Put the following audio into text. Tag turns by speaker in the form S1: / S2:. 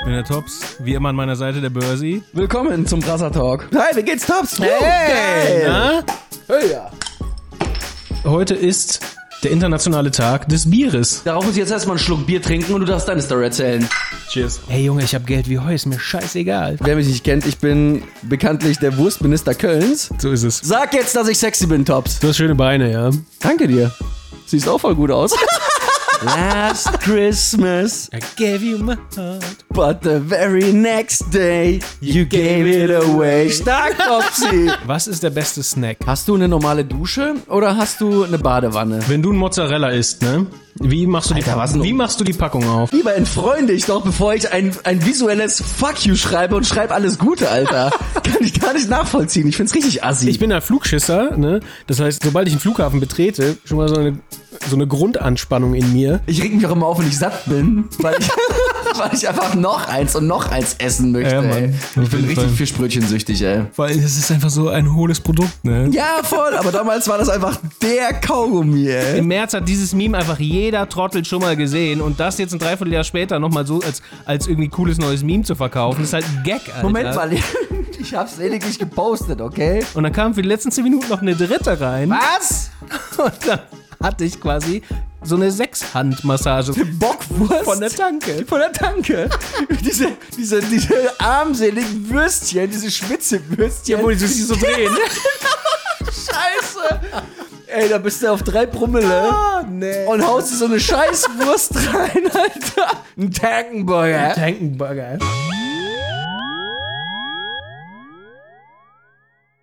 S1: Ich bin der Tops, wie immer an meiner Seite der Börsi.
S2: Willkommen zum Brasser Talk.
S3: Hi, wie geht's, Tops?
S1: Na?
S3: Höher.
S1: Heute ist der internationale Tag des Bieres.
S2: Darauf muss ich jetzt erstmal einen Schluck Bier trinken und du darfst deine Story erzählen.
S1: Cheers. Hey Junge, ich hab Geld wie Heu, ist mir scheißegal.
S2: Wer mich nicht kennt, ich bin bekanntlich der Wurstminister Kölns.
S1: So ist es.
S2: Sag jetzt, dass ich sexy bin, Tops.
S1: Du hast schöne Beine, ja?
S2: Danke dir. Siehst auch voll gut aus. Last Christmas,
S1: I gave you my heart.
S2: but the very next day, you gave it away. Stark, Topsy.
S1: Was ist der beste Snack?
S2: Hast du eine normale Dusche oder hast du eine Badewanne?
S1: Wenn du ein Mozzarella isst, ne? Wie machst du,
S2: Alter, was
S1: die,
S2: denn?
S1: wie machst du die Packung auf?
S2: Lieber entfreunde ich doch, bevor ich ein, ein visuelles Fuck you schreibe und schreibe alles Gute, Alter. Kann ich gar nicht nachvollziehen. Ich find's richtig assi.
S1: Ich bin ein Flugschisser, ne? Das heißt, sobald ich einen Flughafen betrete, schon mal so eine, so eine Grundanspannung in mir.
S2: Ich reg mich auch immer auf, wenn ich satt bin, weil ich, weil ich einfach noch eins und noch eins essen möchte.
S1: Ja, Mann.
S2: ey.
S1: Auf
S2: Ich bin
S1: jeden
S2: richtig
S1: Fall.
S2: Fischbrötchensüchtig, ey.
S1: Weil es ist einfach so ein hohles Produkt, ne?
S2: Ja, voll, aber damals war das einfach der Kaugummi, ey.
S1: Im März hat dieses Meme einfach jeder Trottel schon mal gesehen und das jetzt ein Dreivierteljahr später nochmal so als, als irgendwie cooles neues Meme zu verkaufen, ist halt ein Gag, Alter.
S2: Moment mal, ich hab's lediglich gepostet, okay?
S1: Und dann kam für die letzten zehn Minuten noch eine dritte rein
S2: Was?
S1: und dann hatte ich quasi so eine Sechshandmassage
S2: Bockwurst?
S1: von der Tanke.
S2: Von der Tanke. diese, diese, diese armseligen Würstchen, diese Schwitzewürstchen.
S1: Obwohl sie sich so drehen.
S2: Scheiße. Ey, da bist du auf drei Promille
S1: Oh, nee.
S2: und haust dir so eine Scheißwurst rein, Alter. Ein Tankenburger.
S1: Tankenburger.